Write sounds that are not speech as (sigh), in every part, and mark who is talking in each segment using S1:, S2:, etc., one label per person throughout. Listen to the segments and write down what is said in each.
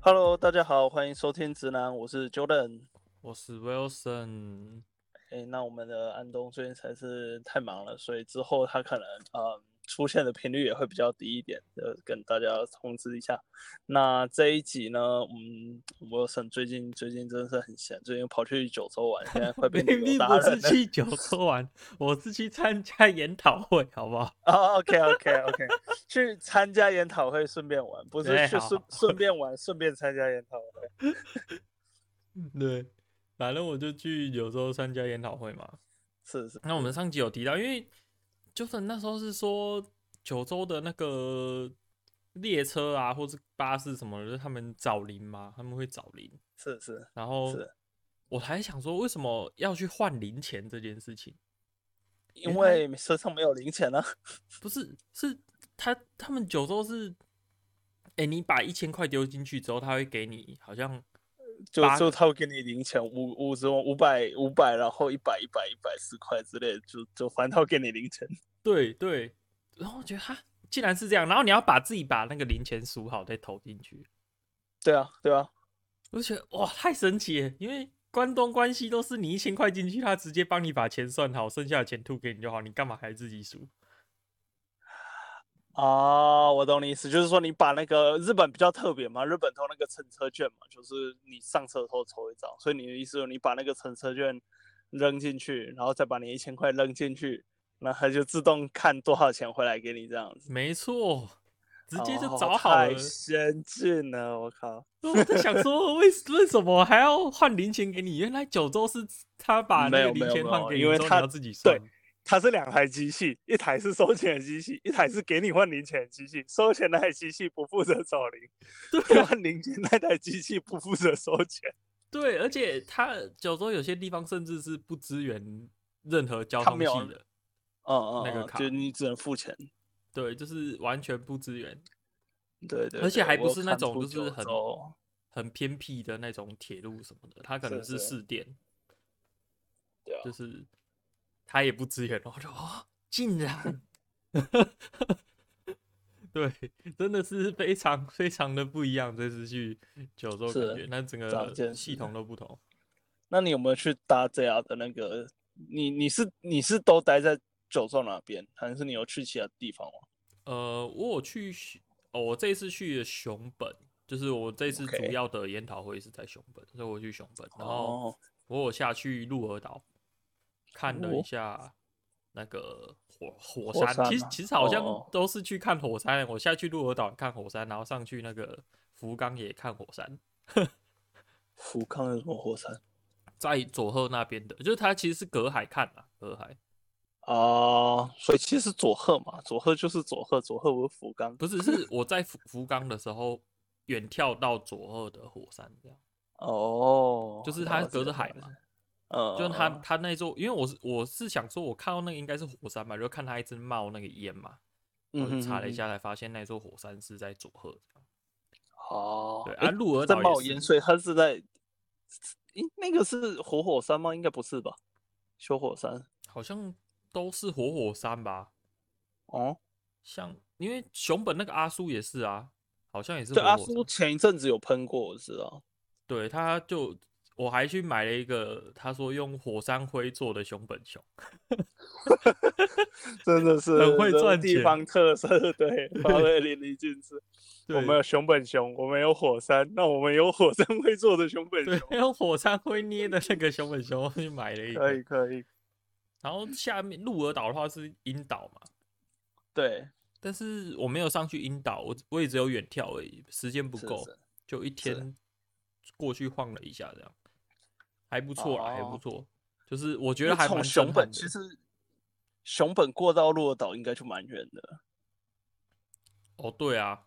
S1: Hello，大家好，欢迎收听直男，我是 Jordan。
S2: 我是 Wilson，
S1: 哎，那我们的安东最近才是太忙了，所以之后他可能呃出现的频率也会比较低一点，呃，跟大家通知一下。那这一集呢，嗯，Wilson 最近最近真的是很闲，最近跑去九州
S2: (laughs)
S1: 玩，现在 (laughs) 快变旅
S2: 明
S1: 游
S2: 明
S1: 达
S2: 不
S1: 人
S2: 是
S1: 了。 (laughs)
S2: 去九州玩，我是去参加研讨会，好不好？
S1: 啊、o k OK OK，去参加研讨会顺便玩，不是
S2: 对
S1: 去
S2: 哎好
S1: 顺顺便玩，顺便参加研讨会。嗯
S2: 对，反正我就去九州参加研讨会嘛。
S1: 是是，
S2: 那我们上集有提到，因为就是那时候是说九州的那个列车啊，或是巴士什么的，就是他们找零嘛，他们会找零。
S1: 是是
S2: 然后
S1: 是
S2: 我还想说，为什么要去换零钱这件事情？
S1: 因
S2: 原
S1: 为身上没有零钱了、啊
S2: 不是，是他他们九州是，哎、你把一千块丢进去之后，他会给你好像
S1: 就
S2: 八
S1: 就他会给你零钱五五十五百五百，然后一百一百一百十块之类的，就就反正他会给你零钱。 (laughs)
S2: 对对，然后我觉得哈，既然是这样，然后你要把自己把那个零钱数好再投进去，
S1: 对啊，对啊，
S2: 我就觉得哇太神奇了，因为关东关西都是你一千块进去，他直接帮你把钱算好，剩下的钱吐给你就好，你干嘛还自己数？
S1: 啊，我懂你意思，就是说你把那个日本比较特别嘛，日本投那个乘车券嘛，就是你上车的时候抽一张，所以你的意思就是你把那个乘车券扔进去，然后再把你一千块扔进去，那它就自动看多少钱回来给你这样子，
S2: 没错，直接就
S1: 哦
S2: 找好了。
S1: 太先进了，我靠。 (laughs)
S2: 我在想说为为什么还要换零钱给你？原来九州是他把
S1: 没
S2: 那个
S1: 有没
S2: 零
S1: 有
S2: 钱
S1: 没
S2: 换
S1: 有
S2: 给你
S1: 因为
S2: 之后，你
S1: 他
S2: 要自己
S1: 对
S2: 算。
S1: 它是两台机器，一台是收钱的机器，一台是给你换零钱的机器。收钱那台机器不负责找零， (laughs)
S2: (laughs)
S1: 给换零钱那台机器不负责收钱。
S2: 对，而且他九州有些地方甚至是不支援任何交
S1: 他
S2: 通
S1: 没有
S2: 系的，
S1: 嗯嗯
S2: 那个
S1: 嗯
S2: 卡
S1: 就你只能付钱。
S2: 对，就是完全不支援，
S1: 对对
S2: 而且
S1: 对
S2: 还
S1: 我
S2: 不
S1: 有
S2: 是那
S1: 看哦
S2: 种
S1: 出
S2: 就是
S1: 九
S2: 很
S1: 州
S2: 很偏僻的那种铁路什么的，它可能
S1: 是
S2: 是
S1: 是
S2: 市电，
S1: 对啊
S2: 就是它也不支援， (laughs) 然后就哦，竟然， (laughs) 对，真的是非常非常的不一样，这次去九州
S1: 是
S2: 感觉，那整
S1: 长见识
S2: 个系统都不同。
S1: 那你有没有去搭这样的那个？你你是你是都待在九州那边，还是你有去其他地方吗？
S2: 呃，我有去熊，哦，我这一次去了熊本，就是我这次
S1: OK
S2: 主要的研讨会是在熊本，所以我去熊本，然后
S1: 哦，
S2: 我有下去鹿儿岛看了
S1: 哦
S2: 一下那个火火
S1: 火
S2: 山，
S1: 山
S2: 其实
S1: 啊
S2: 其实好像
S1: 哦哦
S2: 都是去看火山，我下去鹿儿岛看火山，然后上去那个福冈也看火山，
S1: 福冈有什么火山？
S2: 在佐贺那边的，就是它其实是隔海看嘛，隔海
S1: 哦，所以其实佐贺嘛，佐贺就是佐贺，佐贺为福冈。
S2: 不是
S1: (laughs)
S2: 是我在福福冈的时候远眺到佐贺的火山这样。
S1: 哦，
S2: 就是
S1: 了
S2: 它
S1: 解
S2: 隔着
S1: 了
S2: 海
S1: 解
S2: 嘛，
S1: 嗯，
S2: 就是它
S1: 嗯
S2: 它那座，因为我是我是想说，我看到那个应该是火山吧，就看它一直冒那个烟嘛，
S1: 嗯
S2: 我就查了一
S1: 哼
S2: 下才发现那座火山是在佐贺这样。
S1: 哦，
S2: 对
S1: 诶
S2: 啊，鹿儿
S1: 在
S2: 岛
S1: 冒
S2: 也
S1: 烟，
S2: 是，
S1: 所以它是在，咦，那个是活火山吗？应该不是吧？修火山
S2: 好像都是活火山吧？
S1: 哦，
S2: 像因为熊本那个阿苏也是啊，好像也是
S1: 对，
S2: 活
S1: 阿
S2: 火
S1: 苏
S2: 山。
S1: 前一阵子有喷过，我知
S2: (laughs)
S1: 道。
S2: 对，他就我还去买了一个，他说用火山灰做的熊本熊，
S1: 真的是
S2: 很会
S1: 这
S2: 赚
S1: 地
S2: 钱
S1: 方特色， (laughs) 对，发挥淋漓尽
S2: (laughs)
S1: 致。我
S2: 对
S1: 们有熊本熊，我们有火山，那我们有火山会做的熊本
S2: 对
S1: 熊，，
S2: 用火山灰捏的那个熊本熊，我去买了一
S1: 可
S2: 个
S1: 以。可以，
S2: 然后下面鹿儿岛的话是樱岛嘛，
S1: 对，
S2: 但是我没有上去樱岛，我我也只有远眺而已，时间不
S1: 是
S2: 够，
S1: 是
S2: 就一天过去晃了一下，这样还不错啦，还
S1: 哦
S2: 不错。就是我觉
S1: 因
S2: 得
S1: 为
S2: 还
S1: 从
S2: 蛮震
S1: 熊
S2: 撼
S1: 本
S2: 的
S1: 其实熊本过到鹿儿岛应该就蛮远的。
S2: 哦，对啊，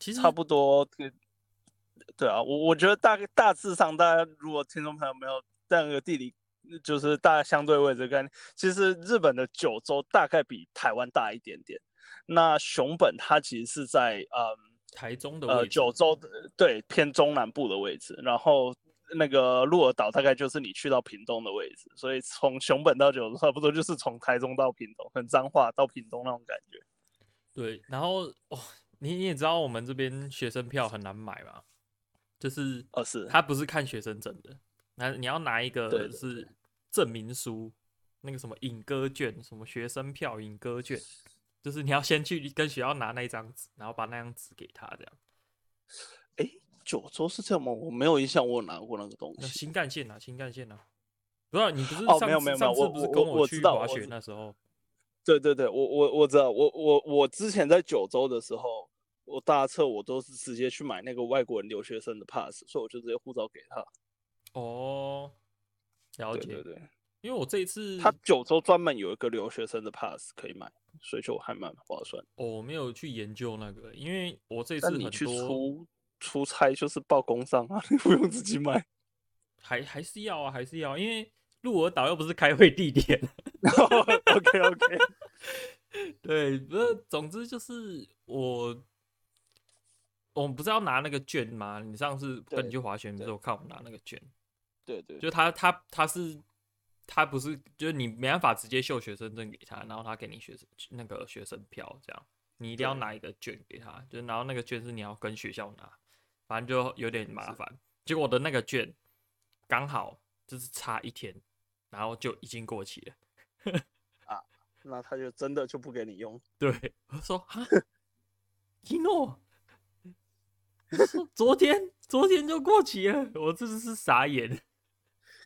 S2: 其实
S1: 差不多，对对啊，我我觉得大概大致上，大家如果听众朋友没有这样一个地理，就是大家相对位置的概念，其实日本的九州大概比台湾大一点点。那熊本它其实是在嗯
S2: 台中的
S1: 呃
S2: 位置，
S1: 九州的对偏中南部的位置，然后那个鹿儿岛大概就是你去到屏东的位置，所以从熊本到九州差不多就是从台中到屏东，很彰化到屏东那种感觉。
S2: 对，然后哦，你你也知道我们这边学生票很难买嘛，就是
S1: 哦是
S2: 他不是看学生证的，那你要拿一
S1: 对
S2: 个
S1: 对
S2: 是证明书，那个什么引歌券，什么学生票引歌券， (laughs) 就是你要先去跟学校拿那一张纸，然后把那张纸给他，这样。
S1: 九州是这样吗？我没有印象，我有拿过那个东
S2: 那
S1: 西。
S2: 新干线啊，新干线啊，不是啊你不是
S1: 哦
S2: 上
S1: 没有没有
S2: 次
S1: 没有
S2: 上次
S1: 我
S2: 不是
S1: 我
S2: 跟
S1: 我我知
S2: 去
S1: 道
S2: 滑
S1: 我
S2: 雪
S1: 知
S2: 那时候，
S1: 对对对，我我我知道，我我我之前在九州的时候，我大测我都是直接去买那个外国人留学生的 pass，所以我就直接护照给他。
S2: 哦，了
S1: 对
S2: 解，
S1: 对对，
S2: 因为我这一次
S1: 他九州专门有一个留学生的 pass 可以买，所以就还蛮划算。
S2: 哦我没有去研究那个，因为我这一次
S1: 但
S2: 很
S1: 你去
S2: 多
S1: 出出差就是报工商啊， (laughs) 你不用自己买。 (laughs)
S2: 还还是要啊，还是要，因为鹿儿岛又不是开会地点。 (laughs)
S1: OK OK，
S2: 对，不
S1: 嗯
S2: 是，总之就是我，我们不是要拿那个券吗？你上次跟
S1: 对
S2: 你去滑雪，你不是
S1: 对
S2: 有看我拿那个券？
S1: 对对，
S2: 就他他他是他不是，就是你没办法直接秀学生证给他，然后他给你学生那个学生票，这样你一定要
S1: 对
S2: 拿一个券给他，就是然后那个券是你要跟学校拿，反正就有点麻烦。结果我的那个券刚好就是差一天，然后就已经过期了。
S1: 那他就真的就不给你用。
S2: 对，我说啊，一诺，说昨天昨天就过期了，我真的是傻
S1: (laughs)
S2: 眼，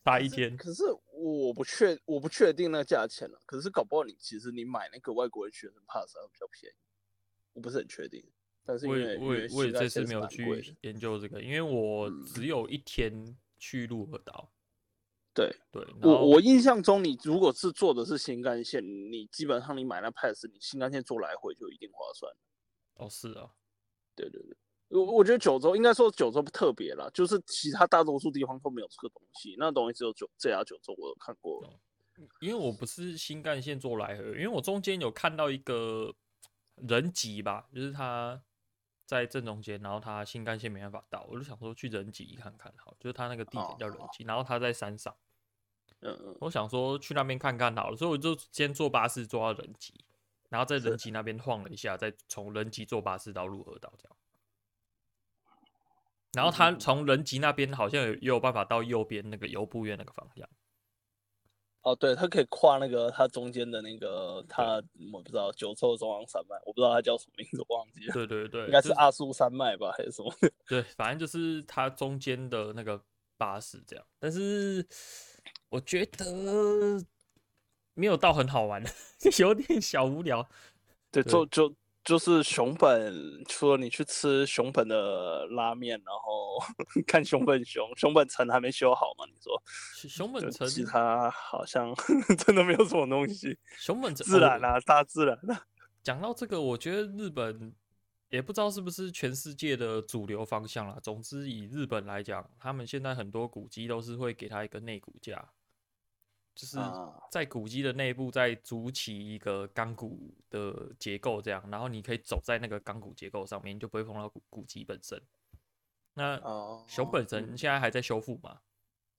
S2: 傻一天。
S1: 可是我不确我不确定那个价钱了、可是搞不好你其实你买那个外国人学生 pass 还比较便宜，我不是很确定。但是因
S2: 我
S1: 为
S2: 也我也
S1: 因为
S2: 我也
S1: 膝盖线
S2: 这次
S1: 是
S2: 没有
S1: 蛮贵
S2: 去
S1: 的嗯
S2: 研究这个，因为我只有一天去鹿儿岛。
S1: 对
S2: 对，然
S1: 我
S2: 后
S1: 我印象中，你如果是坐的是新干线，你基本上你买那 pass，你新干线坐来回就一定划算。
S2: 哦是啊，
S1: 对对对，我我觉得九州应该说九州不特别啦，就是其他大多数地方都没有这个东西，那东西只有九这家九州我有看过。
S2: 哦因为我不是新干线坐来回，因为我中间有看到一个人挤吧，就是他在正中间，然后他新干线没办法到，我就想说去人挤看看好，就是他那个地点叫人
S1: 哦
S2: 挤，然后他在山上，
S1: 嗯嗯，
S2: 我想说去那边看看好了，所以我就先坐巴士坐到人挤，然后在
S1: 是
S2: 人挤那边晃了一下，再从人挤坐巴士到鹿河岛这样。然后他
S1: 嗯嗯嗯
S2: 从人吉那边好像有也有办法到右边那个游步院那个方
S1: (laughs)
S2: 向，
S1: 哦，对，它可以跨那个它中间的那个它我不知道九州中央山脉，我不知道它叫什么名字，我忘记了，
S2: 对对对，
S1: 应该啊
S2: 就是
S1: 阿苏山脉吧，还是什么？
S2: 对，反正就是它中间的那个巴士这样，但是我觉得没有到很好玩， (laughs) 有点小无聊。
S1: 对，
S2: 对
S1: 就就就是熊本，除了你去吃熊本的拉面，然后 (laughs) 看熊本熊，熊本城还没修好嘛？你说，
S2: 熊熊本
S1: 就
S2: 城，
S1: 其他好像 (laughs) 真的没有什么东西，
S2: 熊本城
S1: 自然
S2: 哦
S1: 啦、大自然啊啦、
S2: 讲到这个，我觉得日本也不知道是不是全世界的主流方向啦。总之，以日本来讲，他们现在很多古迹都是会给它一个内骨架，就是
S1: 啊
S2: 在古迹的内部再筑起一个钢骨的结构，这样，然后你可以走在那个钢骨结构上面，你就不会碰到古古迹本身。那
S1: 哦，
S2: 熊本城
S1: 嗯
S2: 现在还在修复嘛？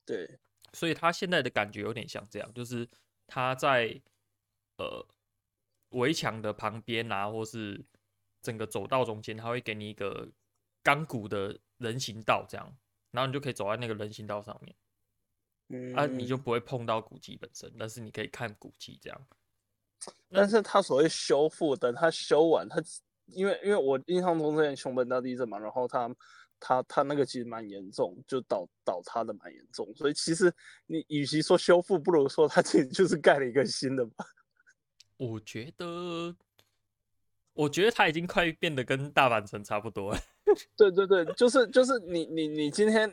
S1: 对，
S2: 所以他现在的感觉有点像这样，就是他在呃围墙的旁边啊，或是整个走道中间，他会给你一个钢骨的人行道，这样，然后你就可以走在那个人行道上面，
S1: 嗯
S2: 啊，你就不会碰到古迹本身，但是你可以看古迹这样。
S1: 但是他所谓修复，等他修完，他因为因为我印象中之前熊本大地震嘛，然后他他他那个其实蛮严重，就倒倒塌的蛮严重，所以其实你与其说修复，不如说他自己就是盖了一个新的吧。
S2: 我觉得，我觉得它已经快变得跟大阪城差不多了。 (laughs)
S1: 对对对，就是就是你你你今天。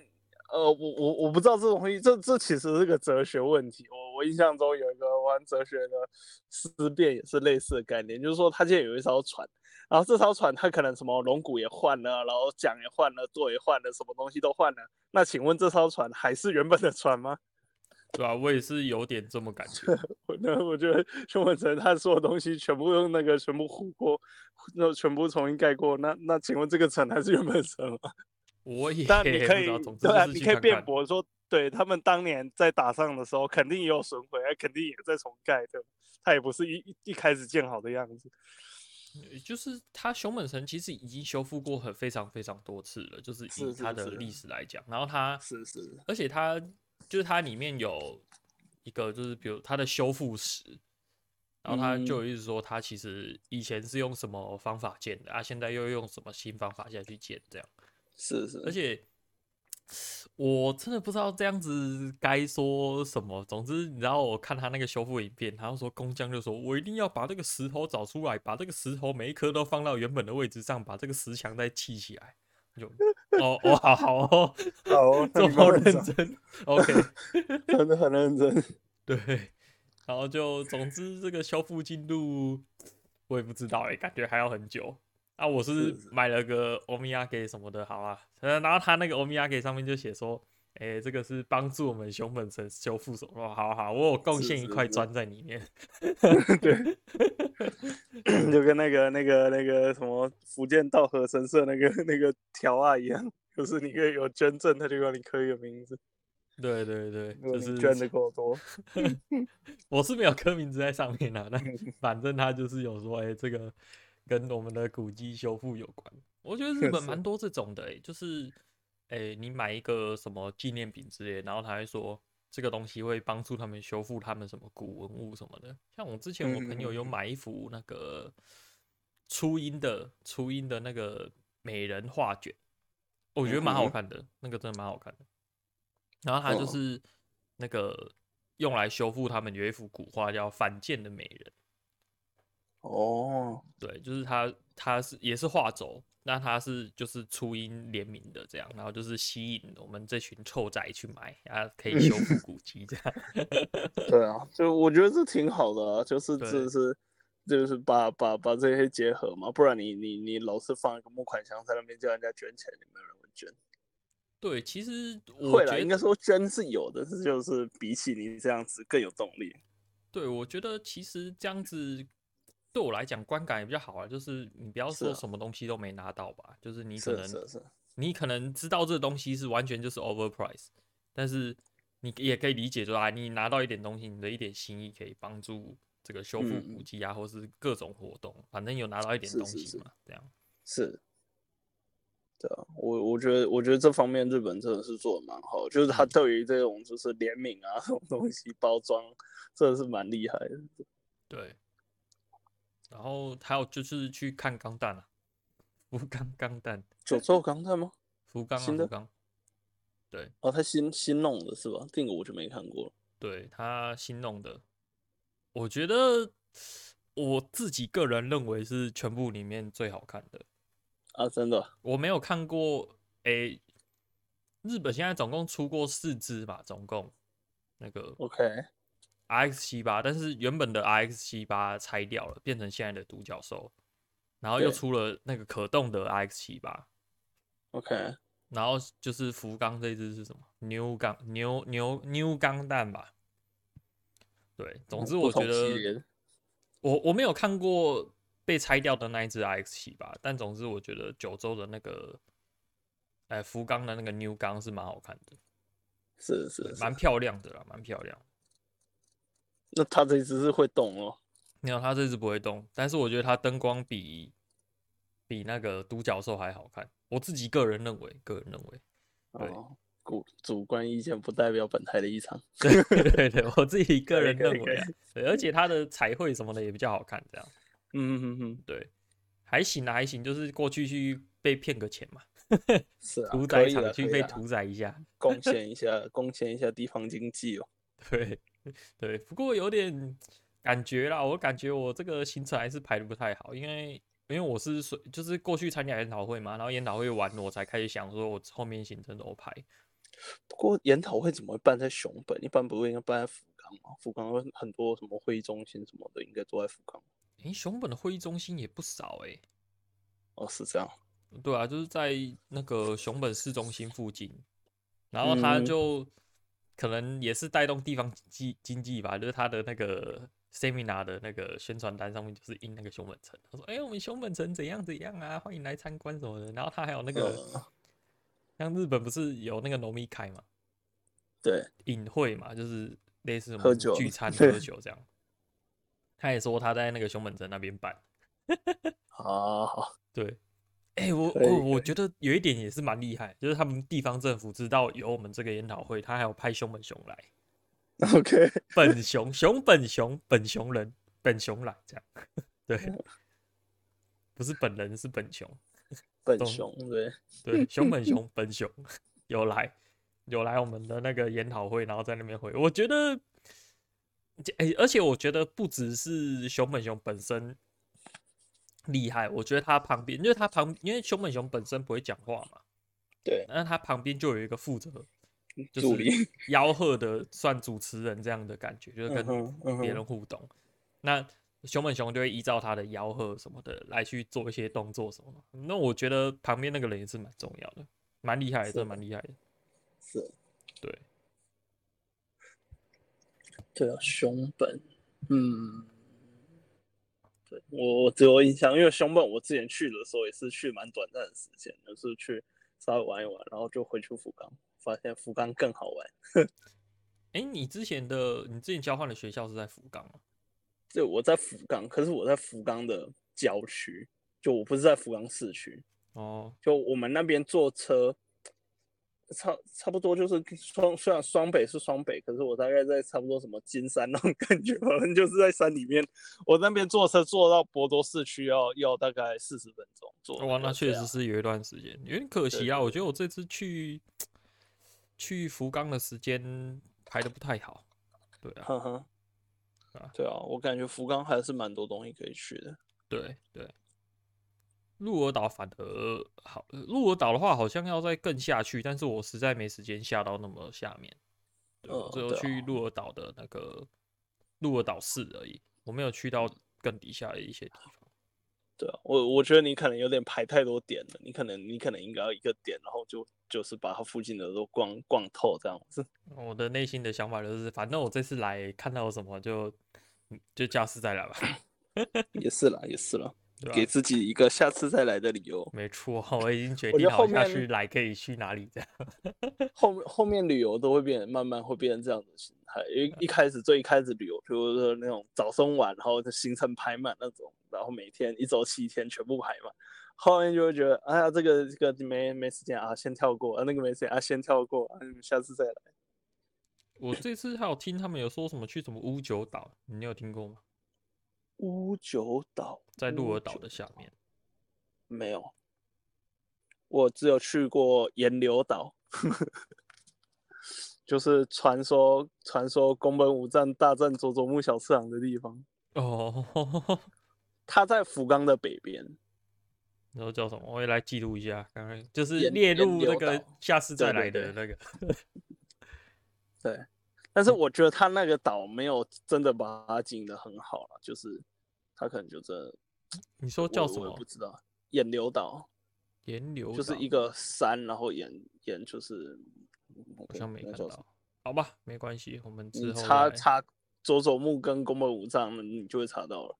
S1: 呃，我我我不知道这种东西，这这其实是个哲学问题。我我印象中有一个玩哲学的思辨也是类似的概念，就是说他现在有一艘船，然后这艘船它可能什么龙骨也换了，然后桨也换了，舵也换了，什么东西都换了。那请问这艘船还是原本的船吗？ (laughs)
S2: 对啊，我也是有点这么感觉。
S1: 我那我觉得熊本城它所有东西全部用那个全部糊过，那全部重新盖过。那那请问这个城还是原本的城吗？
S2: 我也
S1: 但你
S2: 不
S1: 可
S2: 知
S1: 以
S2: 道总之
S1: 对啊，
S2: 就
S1: 你
S2: 是去
S1: 可以
S2: 看
S1: 辩
S2: 看
S1: 驳说，对他们当年在打仗的时候肯定也有损毁，肯定也在重盖的，它也不是一一一开始建好的样子。
S2: 呃就是它熊本城其实已经修复过很非常非常多次了，就是以
S1: 是
S2: 它
S1: 是
S2: 的
S1: 是
S2: 历史来讲，然后它
S1: 是是，
S2: 而且它就是它里面有一个就是比如它的修复史，然后它
S1: 嗯
S2: 就有一直说它其实以前是用什么方法建的啊，现在又用什么新方法下去建这样，
S1: 是是，
S2: 而且我真的不知道这样子该说什么。总之，你知道我看他那个修复影片，然后说工匠就说：“我一定要把这个石头找出来，把这个石头每一颗都放到原本的位置上，把这个石墙再砌起来。”我就哦哦，好好哦，
S1: (laughs)
S2: (laughs)
S1: 好，那
S2: 这
S1: 你
S2: 么
S1: 帮我
S2: 认
S1: 找
S2: 真，OK，
S1: 真的很认真。 (coughs)
S2: (laughs) 对，然后就总之这个修复进度我也不知道哎、感觉还要很久。啊，我是
S1: 是是
S2: 买了个欧米亚给什么的，好啊。呃然后他那个欧米亚给上面就写说，哎、这个是帮助我们熊本城修复什么，好啊好啊，我有贡
S1: 是
S2: 献一
S1: 是
S2: 块
S1: 是
S2: 砖在里面。 (laughs)
S1: 对，就跟那个那个那个什么福建道和神社那个那个条啊一样，就是你越有捐赠，他就让你刻一个名字，
S2: 对对对，
S1: 如果
S2: 就
S1: 你捐
S2: 是
S1: 的够多，
S2: 我是没有刻名字在上面啊啦，但
S1: 嗯
S2: (laughs) 反正他就是有说，哎、这个跟我们的古迹修复有关。我觉得日本
S1: 是
S2: 蛮多这种的、哎，就是，哎、你买一个什么纪念品之类，然后他会说这个东西会帮助他们修复他们什么古文物什么的。像我之前我朋友有
S1: 嗯嗯嗯
S2: 买一幅那个初音的初音的那个美人画卷，我觉得蛮
S1: 嗯
S2: 好
S1: 哼
S2: 看的，那个真的蛮好看的。然后它就
S1: 哦
S2: 是那个用来修复他们有一幅古画叫《反间的美人》，
S1: 哦，
S2: 对，就是它它是也是画轴，那它是就是初音联名的这样，然后就是吸引我们这群臭仔去买，啊，可以修复古迹这样。 (laughs)
S1: (laughs) 对啊，就我觉得这挺好的啊，就是
S2: 对
S1: 这是。就是把把把这些结合嘛，不然你你你老是放一个募款箱在那边叫人家捐钱，也没有人会捐。
S2: 对，其实我
S1: 会
S2: 觉
S1: 啦，应
S2: 得
S1: 该说捐是有的，但是就是比起你这样子更有动力。
S2: 对，我觉得其实这样子对我来讲观感也比较好啊，就是你不要
S1: 是
S2: 说
S1: 啊
S2: 什么东西都没拿到吧，就是你可
S1: 是啊
S2: 能
S1: 是是，
S2: 你可能知道这东西是完全就是 overprice，但是你也可以理解说啊，你拿到一点东西，你的一点心意可以帮助这个修复
S1: 嗯
S2: 古迹啊，或是各种活动，反正有拿到一点
S1: 是
S2: 东
S1: 是
S2: 西
S1: 是
S2: 嘛，这样。
S1: 是，对啊，我我觉得我觉得这方面日本真的是做的蛮好的，就是他
S2: 嗯
S1: 对于这种就是联名啊这种东西包装，真的是蛮厉害的。
S2: 对。然后还有就是去看钢弹啊，福冈钢弹，
S1: 九州钢弹吗？
S2: 福冈啊，
S1: 新的
S2: 福冈。对
S1: 哦，他新新弄的是吧？这个我就没看过了。
S2: 对，他新弄的，我觉得我自己个人认为是全部里面最好看的。
S1: 啊，真的
S2: 我没有看过，诶、日本现在总共出过四支吧，总共那个
S1: ？OK，
S2: RX 七八，但是原本的 RX 七八拆掉了，变成现在的独角兽，然后又
S1: 对
S2: 出了那个可动的 RX 七八，
S1: OK，
S2: 然后就是福冈这一只是什么牛钢牛牛牛钢蛋吧？对，总之
S1: 嗯不
S2: 我觉
S1: 同系列
S2: 得
S1: 的
S2: 我我没有看过被拆掉的那一只 RX 七吧，但总之我觉得九州的那个，哎、福冈的那个 New 冈是蛮好看的，
S1: 是是
S2: 对
S1: 是，
S2: 蛮漂亮的啦，蛮漂亮。
S1: 那他这只是会动哦。
S2: 没有，它这只不会动，但是我觉得它灯光比比那个独角兽还好看，我自己个人认为，个人认为， (laughs) 对
S1: 哦，主主观意见不代表本台的立场。
S2: 对对对，我自己个
S1: 可以
S2: 人
S1: 可以
S2: 认为啊
S1: 可，
S2: 对，而且它的彩绘什么的也比较好看，这样
S1: 嗯嗯嗯，
S2: 对，还行啊，还行，就是过去去被骗个钱嘛，
S1: 是啊，
S2: 屠
S1: 可
S2: 宰
S1: 以
S2: 场
S1: 的
S2: 去
S1: 可以
S2: 被
S1: 的
S2: 屠宰一下，
S1: 贡献一下，贡献一下地方经济哦。
S2: 对对，不过有点感觉啦，我感觉我这个行程还是排的不太好，因为因为我是说，就是过去参加研讨会嘛，然后研讨会完了我才开始想说我后面行程怎么排。
S1: 不过研讨会怎么会办在熊本？一般不会应该办在福冈吗？福冈有很多什么会议中心什么的，应该都在福冈。
S2: 诶，熊本的会议中心也不少诶、
S1: 哦，是这样。
S2: 对啊，就是在那个熊本市中心附近，然后他
S1: 嗯
S2: 就可能也是带动地方经济经济吧，就是他的那个 seminar 的那个宣传单上面就是印那个熊本城，他说：“哎、我们熊本城怎样怎样啊，欢迎来参观什么的。”然后他还有那个，
S1: 呃
S2: 像日本不是有那个农民开嘛，
S1: 对，
S2: 隐晦嘛，就是类似我
S1: 喝
S2: 们
S1: 酒
S2: 聚餐喝酒这样。他也说他在那个熊本城那边办，
S1: 好好，
S2: 对，哎、我
S1: 可以
S2: 我我觉得有一点也是蛮厉害，就是他们地方政府知道有我们这个研讨会，他还有派熊本熊来，
S1: 好 OK， (laughs)
S2: 本熊熊本熊本熊人本熊来这样， (laughs) 对，
S1: (laughs)
S2: 不是本人是本熊，
S1: 本
S2: 懂
S1: 熊对，
S2: 对，熊本熊本熊有来有来我们的那个研讨会，然后在那边回，我觉得，哎、而且我觉得不只是熊本熊本身厉害，我觉得他旁边，因为他旁，因为熊本熊本身不会讲话嘛，
S1: 对，
S2: 那他旁边就有一个负责就
S1: 助
S2: 是
S1: 理
S2: 吆喝的，算主持人这样的感觉，就是
S1: 嗯哼嗯
S2: 跟别
S1: 哼
S2: 人互动。那熊本熊就会依照他的吆喝什么的来去做一些动作什么的。那我觉得旁边那个人也是蛮重要的，蛮厉害的，
S1: 是
S2: 真的
S1: 的
S2: 蛮厉害的。
S1: 是，
S2: 对，
S1: 对啊，熊本，嗯，对我我只有印象，因为熊本我之前去的时候也是去蛮短暂的时间，就是去稍微玩一玩，然后就回去福冈，发现福冈更好玩。
S2: 哎、你之前的你之前交换的学校是在福冈吗？
S1: 就我在福冈，可是我在福冈的郊区，就我不是在福冈市区，
S2: 哦，
S1: 就我们那边坐车，差差不多就是双，虽然双北是双北，可是我大概在差不多什么金山那种感觉，反正就是在山里面。我那边坐车坐到博多市区要要大概四十分钟坐个车。
S2: 哦哇，那确实
S1: 对啊
S2: 是有一段时间，有点可惜啊。我觉得我这次去去福冈的时间排的不太好。对啊，
S1: 哼哼
S2: 啊。
S1: 对啊，我感觉福冈还是蛮多东西可以去的。
S2: 对对，鹿儿岛反而好，呃鹿儿岛的话好像要再更下去，但是我实在没时间下到那么下面，对我
S1: 嗯
S2: 只有
S1: 对啊
S2: 去鹿儿岛的那个鹿儿岛市而已，我没有去到更底下的一些地方。
S1: 对啊，我我觉得你可能有点排太多点了，你可能你可能应该要一个点，然后就就是把它附近的都逛逛透这样子。 (laughs)
S2: 我的内心的想法就是，反正我这次来看到什么就嗯就下次再来吧，
S1: 也是啦，也是啦，
S2: 对吧
S1: 嗯给？自己一个下次再来的理 (laughs) 由。
S2: 没错，我已经决
S1: 我觉
S2: 定
S1: 得
S2: 好
S1: 后
S2: 下
S1: 面
S2: 去来可以去哪里这样。 (laughs)
S1: 后面后面旅游都会变，慢慢会变成这样的心态。因为一开始最一开始旅游，比如说那种早中晚，然后就行程排满那种，然后每天一周七天全部排满。后面就会觉得，哎呀，这个这个没没时间啊，先跳过啊，那个没时间啊，先跳过啊，嗯下次再来。
S2: 我这次还有听他们有说什么去什么乌九岛，你有听过吗？
S1: 乌九岛
S2: 在鹿
S1: 乌
S2: 儿岛
S1: 九
S2: 的下面。
S1: 没有，我只有去过岩流岛， (laughs) 就是传说传说宫本武藏大战佐佐木小次郎的地方。 (laughs)
S2: 哦，
S1: 它在福冈的北边，
S2: 然后叫什么？我也来记录一下，刚刚就是
S1: 沿
S2: 列
S1: 沿
S2: 入那
S1: 流
S2: 个
S1: 岛
S2: 下次再
S1: 对对
S2: 来的
S1: 对
S2: 那个。
S1: 对。但是我觉得它那个岛没有真的把它经营的很好了，就是它可能就真的
S2: 你说叫
S1: 我
S2: 什
S1: 我也
S2: 么
S1: 不？知道。岩流岛
S2: 沿流
S1: 就是
S2: 岛
S1: 一个山，然后沿沿就是
S2: 好像没
S1: 那
S2: 看
S1: 叫什么
S2: 到，好吧，没关系，我们之
S1: 你
S2: 后
S1: 查
S2: 再
S1: 查佐佐木跟宫本武藏，你就会查到了。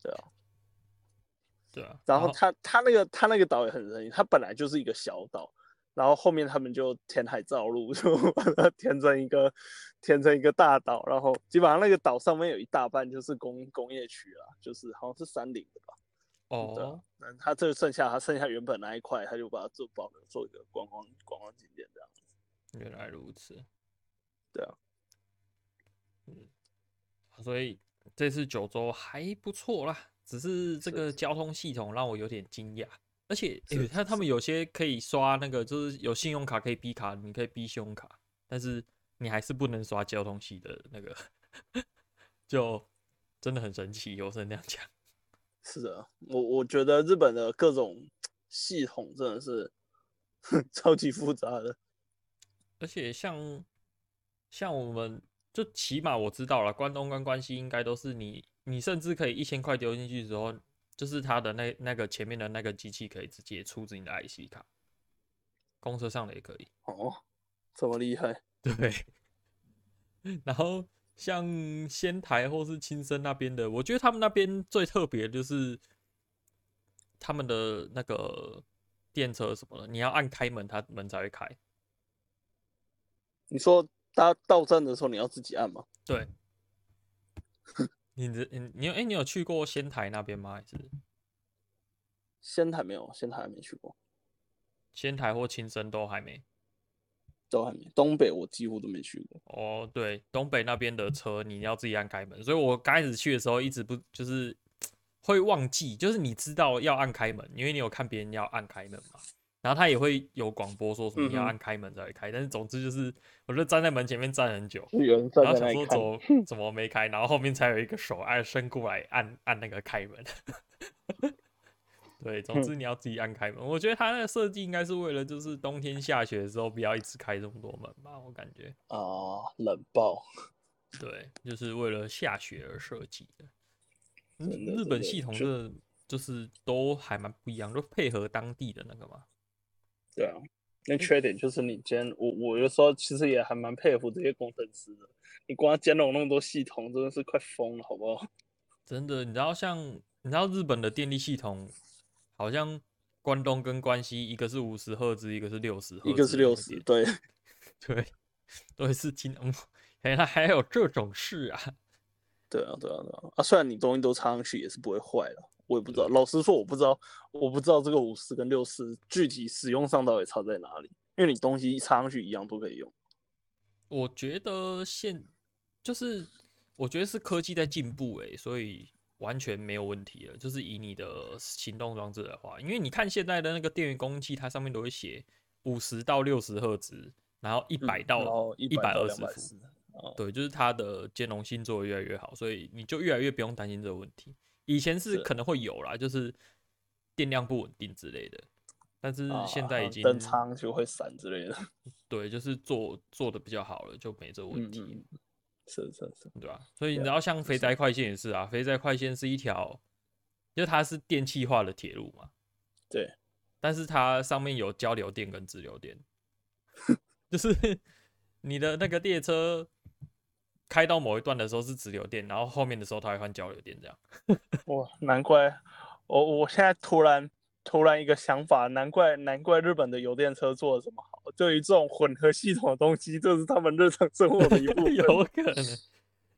S1: 对啊，
S2: 对啊。
S1: 然后他他那个他那个岛也很神奇，它本来就是一个小岛，然后后面他们就填海造陆， (laughs) 就把它填成一个填成一个大岛，然后基本上那个岛上面有一大半就是工工业区啦，就是好像是山林的吧。对啊
S2: 哦，
S1: 那他这剩下他剩下原本那一块，他就把它做保留做一个观光观光景点这样。
S2: 原来如此。
S1: 对啊，
S2: 嗯，所以这次九州还不错啦，只是这
S1: 是
S2: 个交通系统让我有点惊讶。而且，
S1: 是
S2: 诶
S1: 是
S2: 他他们有些可以刷那个，就是有信用卡可以逼卡，你可以逼信用卡，但是你还是不能刷交通系的那个， (laughs) 就真的很神奇，我只能这样讲。
S1: 是的，我我觉得日本的各种系统真的是 (laughs) 超级复杂的。
S2: 而且像像我们，就起码我知道了，关东跟关西应该都是你，你甚至可以一千块丢进去之后，就是它的那那个前面的那个机器可以直接出示你的 IC 卡，公车上的也可以。 (laughs)
S1: 哦，这么厉害？
S2: 对，然后像仙台或是青森那边的，我觉得他们那边最特别的就是他们的那个电车什么的，你要按开门，它门才会开。
S1: 你说搭到站的时候你要自己按吗？
S2: 对，你的你你有哎、你有去过仙台那边吗？还是
S1: 仙台没有，仙台还没去过，
S2: 仙台或青森都还没？
S1: 都还没。东北我几乎都没去过。
S2: 哦，对，东北那边的车你要自己按开门，所以我刚开始去的时候一直不就是会忘记，就是你知道要按开门，因为你有看别人要按开门嘛，然后他也会有广播说什么你要
S1: 嗯哼
S2: 按开门才会开，但是总之就是我就站在门前面站很久，
S1: 就是有人
S2: 然
S1: 站
S2: 后
S1: 在
S2: 想
S1: 那
S2: 说
S1: 里看
S2: 怎，
S1: (laughs)
S2: 么怎么没开，然后后面才有一个手按伸过来按按那个开门。 (laughs) 对，总之你要自己按开门。我觉得它那个设计应该是为了，就是冬天下雪的时候不要一次开这么多门吧，我感觉。
S1: 啊、冷爆，
S2: 对，就是为了下雪而设计的。嗯
S1: 真的
S2: 日
S1: 真
S2: 本
S1: 的
S2: 系统
S1: 就
S2: 的就是都还蛮不一样，就配合当地的那个嘛。
S1: 对啊。
S2: 嗯
S1: 那缺点就是你兼我，我有时候其实也还蛮佩服这些工程师的。你光兼容那么多系统，真的是快疯了，好不好？
S2: 真的，你知道像你知道日本的电力系统，好像关东跟关西一个是五十赫兹，一个是六十赫兹，
S1: 一个是六十，，对，
S2: (laughs) 对，都是金。嗯，原来还有这种事啊！
S1: 对啊，对啊，对啊。啊，虽然你东西都插上去也是不会坏的，我也不知
S2: 嗯
S1: 道。老实说，我不知道，我不知道这个五十跟六十具体使用上到底差在哪里，因为你东西插上去一样都可以用。
S2: 我觉得现就是，我觉得是科技在进步诶、所以完全没有问题了。就是以你的行动装置的话，因为你看现在的那个电源供应器，它上面都会写五十到六十赫兹，嗯然后一
S1: 嗯
S2: 百
S1: 然
S2: 到
S1: 后
S2: 一
S1: 百
S2: 二
S1: 二
S2: 十伏，
S1: 伏，哦，
S2: 对，就是它的兼容性做得越来越好，所以你就越来越不用担心这个问题。以前是
S1: 是
S2: 可能会有啦，就是电量不稳定之类的，但是
S1: 啊
S2: 现在已
S1: 嗯
S2: 经、
S1: 灯插上去会闪之类的。
S2: 对，就是做做的比较好了，就没这个问
S1: 嗯
S2: 题。
S1: 嗯，是是是，
S2: 对吧、所以你知道，像肥宅快线也是啊，肥宅快线是一条，就它是电气化的铁路嘛，
S1: 对，
S2: 但是它上面有交流电跟直流电，就是 (laughs) 你的那个列车开到某一段的时候是直流电，然后后面的时候它会换交流电，这样。
S1: 哇，难怪我我现在突然突然一个想法，难怪难怪日本的油电车做的这么好，对于这种混合系统的东西，这是他们日常生活的一部分。
S2: (laughs) 有可能，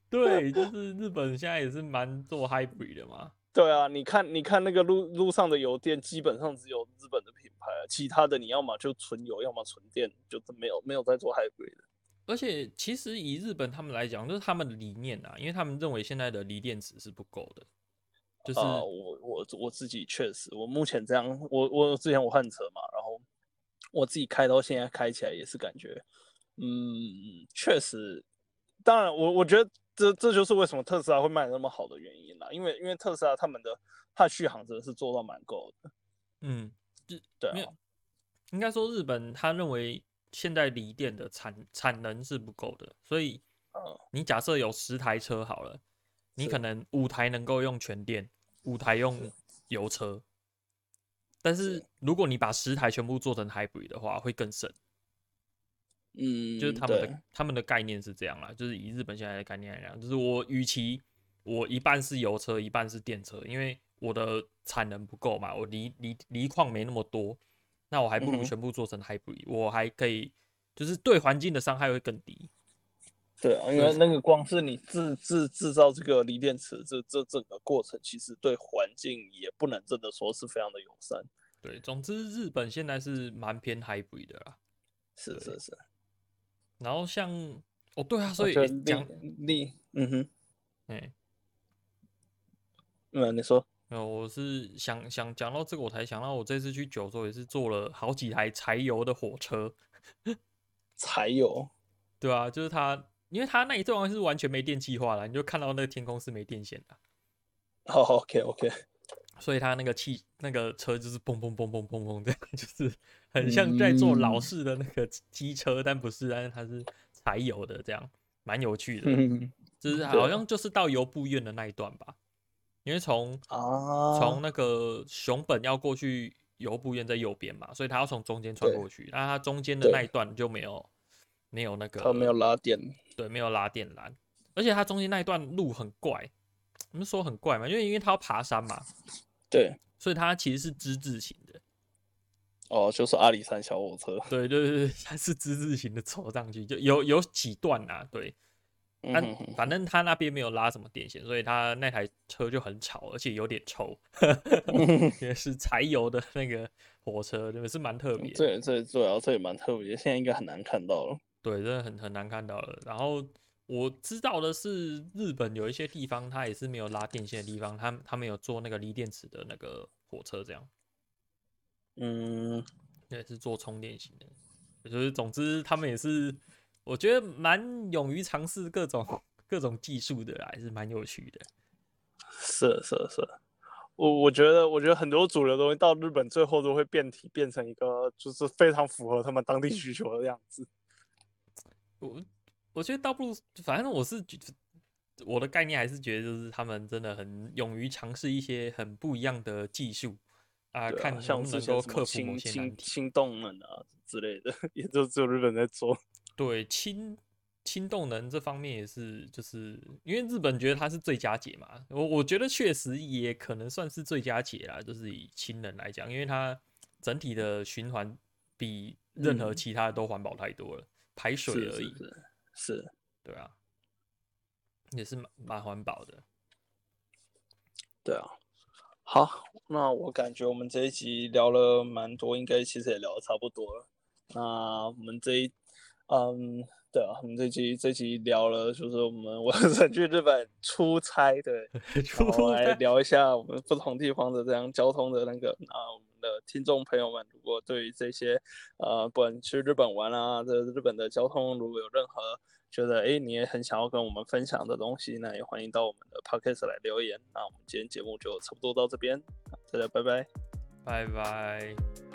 S2: 对，就是日本现在也是蛮做 hybrid 的嘛，
S1: 对啊，你看，你看那个路路上的油电，基本上只有日本的品牌，啊其他的你要么就纯油，要么纯电，就真没有没有在做 hybrid 的。
S2: 而且其实以日本他们来讲，就是他们的理念啊，因为他们认为现在的锂电池是不够的，就是、
S1: 啊、我我我自己确实，我目前这样，我我之前我换车嘛，然后我自己开到现在开起来也是感觉，嗯，确实，当然我我觉得这这就是为什么特斯拉会卖得那么好的原因啦，因为因为特斯拉他们的它的续航真的是做到蛮够的，
S2: 嗯，
S1: 对
S2: 没
S1: 啊
S2: 有，应该说日本他认为现在锂电的产产能是不够的，所以
S1: 嗯
S2: 你假设有十台车好了，你
S1: 是
S2: 可能五台能够用全电，五台用油车，但是如果你把十台全部做成 hybrid 的话，会更省。
S1: 嗯，
S2: 就是他们
S1: 对
S2: 的他们的概念是这样啦，就是以日本现在的概念来讲，就是我与其我一半是油车，一半是电车，因为我的产能不够嘛，我锂锂锂矿没那么多，那我还不
S1: 嗯
S2: 如
S1: 哼
S2: 全部做成 hybrid，、我还可以就是对环境的伤害会更低。
S1: 对啊，因
S2: 对
S1: 为那个光是你制制制造这个锂电池，这这整个过程其实对环境也不能真的说是非常的友善。
S2: 对，总之日本现在是蛮偏 hybrid 的啦。
S1: 是是是，
S2: 然后像哦对啊，所
S1: 我
S2: 以
S1: 觉得
S2: 诶讲
S1: 你你嗯哼，
S2: 哎、
S1: 嗯，你说
S2: 没有，我是想想讲到这个，我才想到我这次去九州也是坐了好几台柴油的火车。
S1: 柴油
S2: 对啊，就是它，因为它那一段是完全没电气化了，你就看到那个天空是没电线的，
S1: 好，OK
S2: (laughs)
S1: OK，
S2: 所以它那个气那个车就是砰砰砰砰砰砰这样， (laughs) 就是很像在做老
S1: 嗯
S2: 式的那个机车，但不是，但是它是柴油的，这样蛮有趣的，
S1: 嗯
S2: 就是
S1: 对
S2: 好像就是到游步院的那一段吧，因为从
S1: 啊，
S2: 从那个熊本要过去游步院在右边嘛，所以它要从中间穿
S1: 对
S2: 过去，那它中间的那
S1: 对
S2: 一段就没有没有那个
S1: 它没有拉电，
S2: 对，没有拉电缆，而且它中间那一段路很怪，我们说很怪嘛，因为因为它要爬山嘛，
S1: 对，
S2: 所以它其实是之字形的，
S1: 哦，就是阿里山小火车，
S2: 对对对，对它是之字形的走上去，就有有几段啊，对，
S1: 嗯
S2: 但、反正他那边没有拉什么电线，所以他那台车就很吵，而且有点臭，也是柴油的那个火车，真的是蛮特别的。
S1: 这这对啊，这也蛮特别，现在应该很难看到了。
S2: 对，真的很很难看到了。然后我知道的是，日本有一些地方它也是没有拉电线的地方，它它们有做那个锂电池的那个火车，这样
S1: 嗯，
S2: 也是做充电型的。就是总之，他们也是我觉得蛮勇于尝试各种各种技术的啦，还是蛮有趣的。
S1: 是是是，我我觉得，我觉得很多主流东西到日本最后都会变体，变成一个就是非常符合他们当地需求的样子。
S2: 嗯我我觉得倒不如，反正我是觉我的概念还是觉得就是他们真的很勇于尝试一些很不一样的技术啊，
S1: 对啊
S2: 看能
S1: 像
S2: 不
S1: 之
S2: 能
S1: 前
S2: 够
S1: 什么
S2: 克服某
S1: 氢
S2: 些难
S1: 氢
S2: 题。
S1: 氢动能啊之类的， (laughs) 也就只有日本在做。
S2: 对氢氢动能这方面也是，就是因为日本觉得它是最佳解嘛，我我觉得确实也可能算是最佳解啦，就是以氢能来讲，因为它整体的循环比任何
S1: 嗯
S2: 其他的都环保太多了，排水
S1: 是
S2: 而已，
S1: 是是是，
S2: 对啊，也是蛮蛮环
S1: (laughs)
S2: 保的。
S1: 对啊。好，那我感觉我们这一集聊了蛮多，应该其实也聊得差不多了。那我们这一，嗯，对啊，我们这集这集聊了，就是我们 (laughs) 我是去日本出差，对，然后来聊一下我们不同地方的这样交通的那个啊，我们的听众朋友们，如果对于这些呃，不管去日本玩啊，这日本的交通，如果有任何觉得诶你也很想要跟我们分享的东西，那也欢迎到我们的 podcast 来留言。那我们今天节目就差不多到这边，大家拜拜。
S2: 拜拜。